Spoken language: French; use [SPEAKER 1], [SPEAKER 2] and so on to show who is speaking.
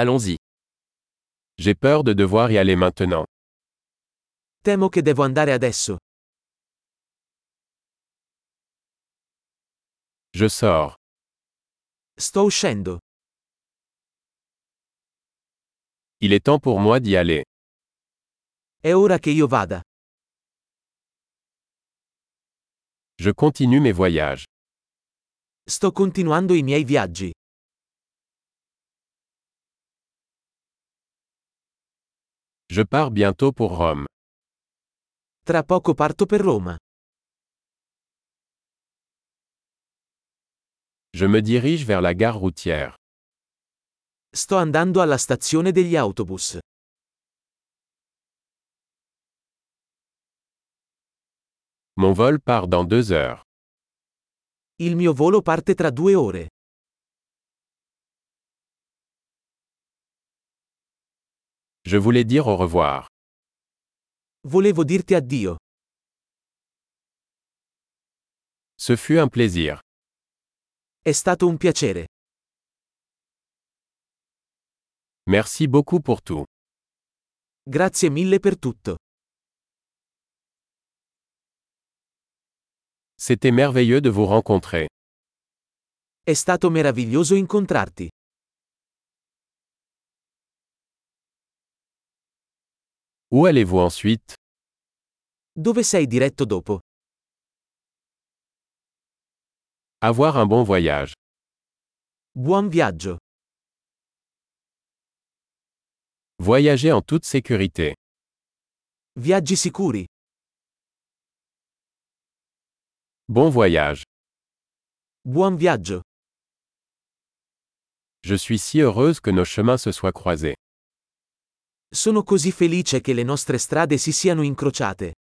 [SPEAKER 1] Allons-y. J'ai peur de devoir y aller maintenant.
[SPEAKER 2] Temo che devo andare adesso.
[SPEAKER 1] Je sors.
[SPEAKER 2] Sto uscendo.
[SPEAKER 1] Il est temps pour moi d'y aller.
[SPEAKER 2] È ora che io vada.
[SPEAKER 1] Je continue mes voyages.
[SPEAKER 2] Sto continuando i miei viaggi.
[SPEAKER 1] Je pars bientôt pour Rome.
[SPEAKER 2] Tra poco parto per Roma.
[SPEAKER 1] Je me dirige vers la gare routière.
[SPEAKER 2] Sto andando alla stazione degli autobus.
[SPEAKER 1] Mon vol part dans deux heures.
[SPEAKER 2] Il mio volo parte tra due ore.
[SPEAKER 1] Je voulais dire au revoir.
[SPEAKER 2] Volevo dirti addio.
[SPEAKER 1] Ce fut un plaisir.
[SPEAKER 2] È stato un piacere.
[SPEAKER 1] Merci beaucoup pour tout.
[SPEAKER 2] Grazie mille per tutto.
[SPEAKER 1] C'était merveilleux de vous rencontrer.
[SPEAKER 2] È stato meraviglioso incontrarti.
[SPEAKER 1] Où allez-vous ensuite
[SPEAKER 2] Dove sei diretto dopo?
[SPEAKER 1] Avoir un bon voyage.
[SPEAKER 2] Buon viaggio.
[SPEAKER 1] Voyager en toute sécurité.
[SPEAKER 2] Viaggi sicuri.
[SPEAKER 1] Bon voyage.
[SPEAKER 2] Buon viaggio.
[SPEAKER 1] Je suis si heureuse que nos chemins se soient croisés.
[SPEAKER 2] Sono così felice che le nostre strade si siano incrociate.